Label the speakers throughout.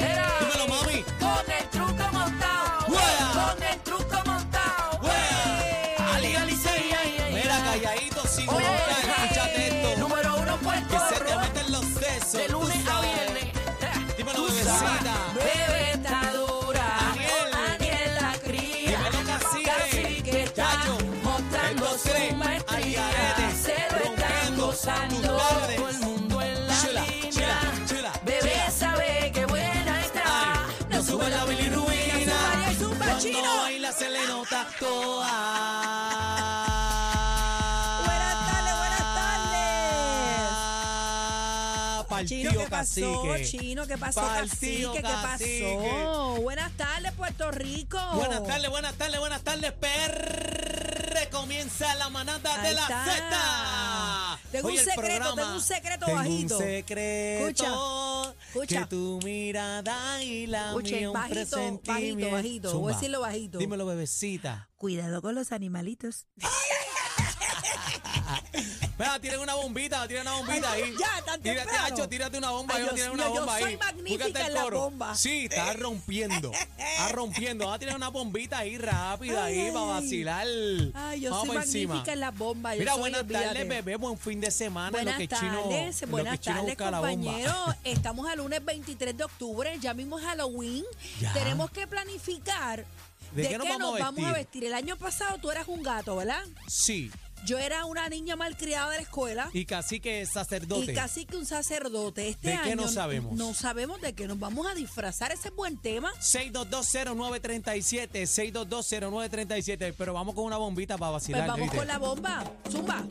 Speaker 1: Era.
Speaker 2: Dímelo, mami.
Speaker 1: Con el truco montado.
Speaker 2: Wea.
Speaker 1: Con el truco montado.
Speaker 2: Wea. Ali, Ali, sei, ay. Mira, calladito, sin
Speaker 1: Oye, eh,
Speaker 2: boca, escúchate esto.
Speaker 1: número uno fue el
Speaker 2: Que se te
Speaker 1: corro,
Speaker 2: meten los sesos.
Speaker 1: De lunes
Speaker 2: tú
Speaker 1: a
Speaker 2: sabes.
Speaker 1: viernes.
Speaker 2: Dímelo,
Speaker 1: Tú
Speaker 2: bebecita.
Speaker 1: sabes, Bebé está dura.
Speaker 2: Aniel.
Speaker 1: Aniel la cría.
Speaker 2: Dímelo, cacique.
Speaker 1: Cacique está
Speaker 2: Chacho.
Speaker 1: mostrando
Speaker 2: Tengo tres
Speaker 1: su maestría.
Speaker 2: aligaretes.
Speaker 1: Se lo están
Speaker 2: Rompiendo
Speaker 1: gozando.
Speaker 2: tus verdes.
Speaker 1: Todo el mundo en la
Speaker 2: Chula, chula,
Speaker 1: línea.
Speaker 2: chula.
Speaker 1: Bebé sabe que buena está.
Speaker 2: Ay, no sube la bilirruina.
Speaker 1: Zumba, zumba, chino.
Speaker 2: Cuando baila se le nota toda.
Speaker 3: Buenas tardes, buenas tardes. Chino,
Speaker 2: Partido
Speaker 3: ¿qué pasó?
Speaker 2: cacique.
Speaker 3: Chino, ¿qué pasó? Cacique,
Speaker 2: Partido
Speaker 3: ¿qué
Speaker 2: cacique.
Speaker 3: pasó? Buenas tardes, Puerto Rico.
Speaker 2: Buenas tardes, buenas tardes, buenas tardes, PR. Comienza la manada de
Speaker 3: Ahí
Speaker 2: la
Speaker 3: está.
Speaker 2: Z.
Speaker 3: Tengo
Speaker 2: Hoy
Speaker 3: un
Speaker 2: el
Speaker 3: secreto,
Speaker 2: programa-
Speaker 3: tengo un secreto
Speaker 2: tengo
Speaker 3: bajito.
Speaker 2: Un secreto.
Speaker 3: Escucha,
Speaker 2: Que
Speaker 3: escucha.
Speaker 2: tu mirada y la
Speaker 3: Escuchen,
Speaker 2: mía un
Speaker 3: bajito,
Speaker 2: presentimiento.
Speaker 3: bajito, bajito. Voy a
Speaker 2: Zumba.
Speaker 3: decirlo bajito.
Speaker 2: Dímelo, bebecita.
Speaker 3: Cuidado con los animalitos.
Speaker 2: Espera, tiren una bombita, tiren una bombita ahí.
Speaker 3: Ya, tan
Speaker 2: tírate,
Speaker 3: temprano.
Speaker 2: Hacho, tírate una bomba,
Speaker 3: Ay,
Speaker 2: yo
Speaker 3: Dios
Speaker 2: tiré una
Speaker 3: mío, yo
Speaker 2: bomba
Speaker 3: soy
Speaker 2: ahí.
Speaker 3: magnífica
Speaker 2: Búscate el
Speaker 3: en la
Speaker 2: coro.
Speaker 3: bomba. Eh.
Speaker 2: Sí, está rompiendo. Está rompiendo. Va a tirar una bombita ahí rápida
Speaker 3: Ay,
Speaker 2: ahí
Speaker 3: ay,
Speaker 2: para
Speaker 3: ay.
Speaker 2: vacilar.
Speaker 3: Ay, yo
Speaker 2: Vamos
Speaker 3: soy
Speaker 2: pa' encima.
Speaker 3: magnífica en las bombas. yo
Speaker 2: Mira,
Speaker 3: soy,
Speaker 2: buenas
Speaker 3: olvídate.
Speaker 2: tardes, bebé. Buen fin de semana. en
Speaker 3: Buenas
Speaker 2: lo que chino,
Speaker 3: tardes,
Speaker 2: en lo que
Speaker 3: buenas
Speaker 2: chino
Speaker 3: tardes
Speaker 2: busca la bomba.
Speaker 3: compañeros. Estamos al lunes 23 de octubre, ya mismo es Halloween.
Speaker 2: Ya.
Speaker 3: Tenemos que planificar
Speaker 2: ¿De
Speaker 3: de,
Speaker 2: qué
Speaker 3: qué
Speaker 2: nos vamos
Speaker 3: nos
Speaker 2: a
Speaker 3: vamos a
Speaker 2: vestir?
Speaker 3: vestir. El año pasado tú eras un gato, ¿verdad?
Speaker 2: Sí,
Speaker 3: Yo era una niña malcriada de la escuela.
Speaker 2: y casi que sacerdote.
Speaker 3: Y casi que un sacerdote. Este
Speaker 2: ¿De
Speaker 3: año
Speaker 2: qué no sabemos?
Speaker 3: No sabemos de qué nos vamos a disfrazar. Ese es buen tema.
Speaker 2: 6220937, 6220937, pero vamos con una bombita para
Speaker 3: Pues
Speaker 2: vacilar.
Speaker 3: vamos
Speaker 2: ¿oíste?
Speaker 3: con la bomba. Zumba.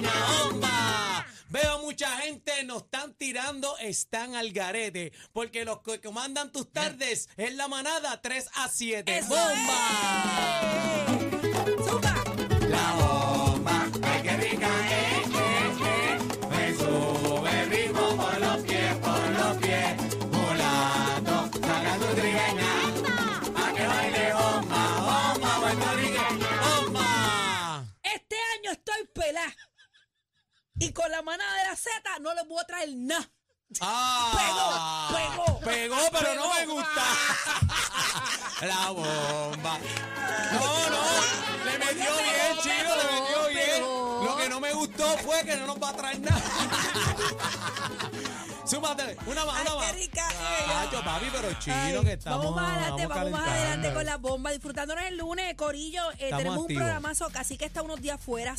Speaker 2: ¡Bomba! Veo mucha gente, nos están tirando, están al garete. Porque los que comandan tus tardes es la manada 3 a 7.
Speaker 3: ¡Eso
Speaker 2: ¡Bomba!
Speaker 3: es! ¡Zumba!
Speaker 2: ¡Bomba!
Speaker 3: Este año estoy pelá. Y con la manada de la Z no les voy a traer nada.
Speaker 2: Ah,
Speaker 3: Pegó, pegó,
Speaker 2: Pegó, pero no
Speaker 3: pegó.
Speaker 2: me gusta. La bomba. No, no. Le metió
Speaker 3: Pegó,
Speaker 2: bien, chico, le
Speaker 3: pegó,
Speaker 2: metió bien.
Speaker 3: pegó.
Speaker 2: Lo que no me gustó fue que no nos va a traer nada. Súmate, una más,
Speaker 3: Ay,
Speaker 2: una más.
Speaker 3: qué rica
Speaker 2: Ah,
Speaker 3: ella.
Speaker 2: yo, papi, pero
Speaker 3: Ay,
Speaker 2: chido que estamos.
Speaker 3: vamos más adelante, vamos, más
Speaker 2: calentando.
Speaker 3: adelante con la bomba, disfrutándonos el lunes, Corillo. Eh,
Speaker 2: Estamos
Speaker 3: tenemos un
Speaker 2: activos.
Speaker 3: programazo, casi que está unos días fuera.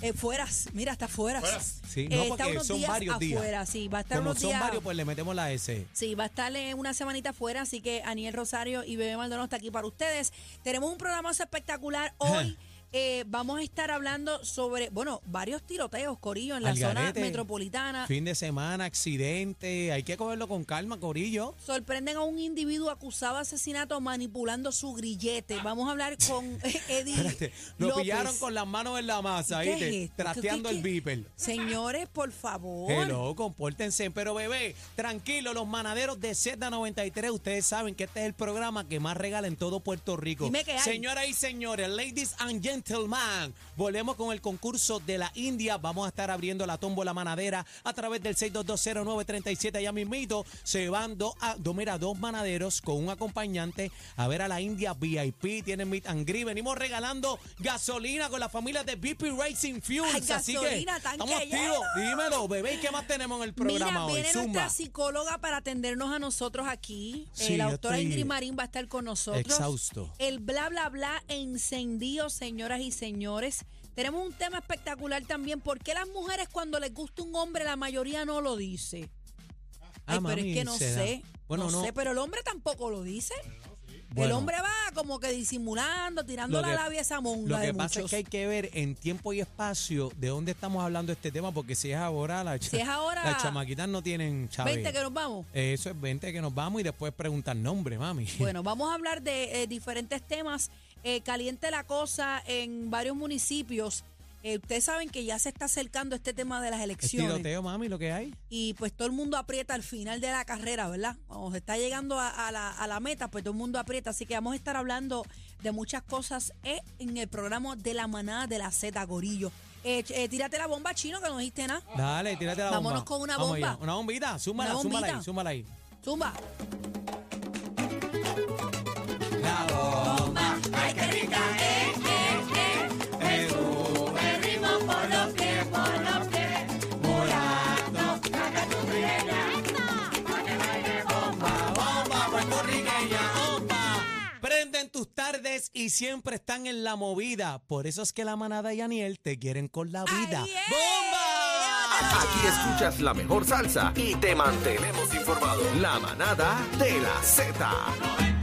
Speaker 3: Eh, fueras, mira, está fuera. Eh,
Speaker 2: Sí, no, porque son varios días.
Speaker 3: afuera, sí, va a estar
Speaker 2: Como
Speaker 3: unos
Speaker 2: son
Speaker 3: días.
Speaker 2: varios, pues le metemos la S.
Speaker 3: Sí, va a estar eh, una semanita afuera, así que Aniel Rosario y Bebé Maldonado está aquí para ustedes. Tenemos un programa espectacular hoy. eh, vamos a estar hablando sobre, bueno, varios tiroteos, Corillo, en la
Speaker 2: Al
Speaker 3: zona
Speaker 2: garete.
Speaker 3: metropolitana.
Speaker 2: Fin de semana, accidente. Hay que cogerlo con calma, Corillo.
Speaker 3: Sorprenden a un individuo acusado de asesinato manipulando su grillete. Vamos a hablar con eh, Eddie.
Speaker 2: Espérate, lo
Speaker 3: López.
Speaker 2: Este, pillaron con las manos en la masa,
Speaker 3: ¿Qué es
Speaker 2: ¿viste?
Speaker 3: esto?
Speaker 2: Trasteando
Speaker 3: ¿Qué-
Speaker 2: el
Speaker 3: qué-
Speaker 2: beeper.
Speaker 3: Señores, por favor.
Speaker 2: Hello, compórtense. Pero bebé, tranquilo, los manaderos de Z93, ustedes saben que este es el programa que más regala en todo Puerto Rico.
Speaker 3: Dime qué hay.
Speaker 2: Señoras y señores, ladies and Gentleman. Volvemos con el concurso de la India. Vamos a estar abriendo la tómbola manadera a través del 6220937. Ya mismito se van dos, a, dos, mira, dos manaderos con un acompañante a ver a la India VIP. Tienen meet and greet. Venimos regalando gasolina con la familia de BP Racing Fuels.
Speaker 3: Ay,
Speaker 2: Así que
Speaker 3: gasolina, tanque
Speaker 2: estamos activos.
Speaker 3: lleno.
Speaker 2: Dímelo, bebé. ¿y qué más tenemos en el programa
Speaker 3: Mira,
Speaker 2: hoy?
Speaker 3: viene
Speaker 2: Zumba.
Speaker 3: nuestra psicóloga para atendernos a nosotros aquí. Eh,
Speaker 2: Sí,
Speaker 3: la
Speaker 2: yo
Speaker 3: doctora
Speaker 2: estoy
Speaker 3: Ingrid Marín va a estar con nosotros.
Speaker 2: exhausto.
Speaker 3: El bla, bla, bla encendido, señoras y señores. Tenemos un tema espectacular también. ¿Por qué las mujeres cuando les gusta un hombre, la mayoría no lo dice?
Speaker 2: Ah,
Speaker 3: Ay, pero
Speaker 2: mami,
Speaker 3: es que no
Speaker 2: se da.
Speaker 3: sé.
Speaker 2: Bueno,
Speaker 3: no,
Speaker 2: no.
Speaker 3: sé, pero el hombre tampoco lo dice. el
Speaker 2: Bueno.
Speaker 3: hombre va como que disimulando, tirando
Speaker 2: Lo
Speaker 3: la
Speaker 2: que-
Speaker 3: labia a esa monga
Speaker 2: Lo
Speaker 3: de
Speaker 2: que pasa es
Speaker 3: muchos.
Speaker 2: que hay que ver en tiempo y espacio de dónde estamos hablando este tema, porque si es ahora, la cha-
Speaker 3: Si es ahora-
Speaker 2: las chamaquitas no tienen chave.
Speaker 3: 20 que nos vamos.
Speaker 2: Eh, Eso es 20 que nos vamos y después preguntan nombre, mami.
Speaker 3: Bueno, vamos a hablar de eh, diferentes temas. Eh, caliente la cosa en varios municipios. Eh, ustedes saben que ya se está acercando este tema de las
Speaker 2: Es
Speaker 3: elecciones.
Speaker 2: tiroteo, mami, lo que hay.
Speaker 3: Y pues todo el mundo aprieta al final de la carrera, ¿verdad? Cuando se está llegando a, a la, a la meta, pues todo el mundo aprieta. Así que vamos a estar hablando de muchas cosas eh, en el programa de la manada de la Z, Gorillo. Eh, ch- eh, tírate la bomba, chino, que no dijiste nada.
Speaker 2: Dale, tírate la bomba.
Speaker 3: Vámonos con una
Speaker 2: Vamos
Speaker 3: bomba.
Speaker 2: allá. Una bombita, súmala,
Speaker 3: Una
Speaker 2: súmala
Speaker 3: bombita.
Speaker 2: ahí, súmala ahí.
Speaker 3: Zumba.
Speaker 2: La bomba, ay, qué rica es, bomba puertorriqueña, bomba. Prenden tus tardes y siempre están en la movida. Por eso es que la manada y Aniel te quieren con la vida.
Speaker 3: Ahí es.
Speaker 2: ¡Bomba!
Speaker 4: Aquí escuchas la mejor salsa y te mantenemos informado. La manada de la Z.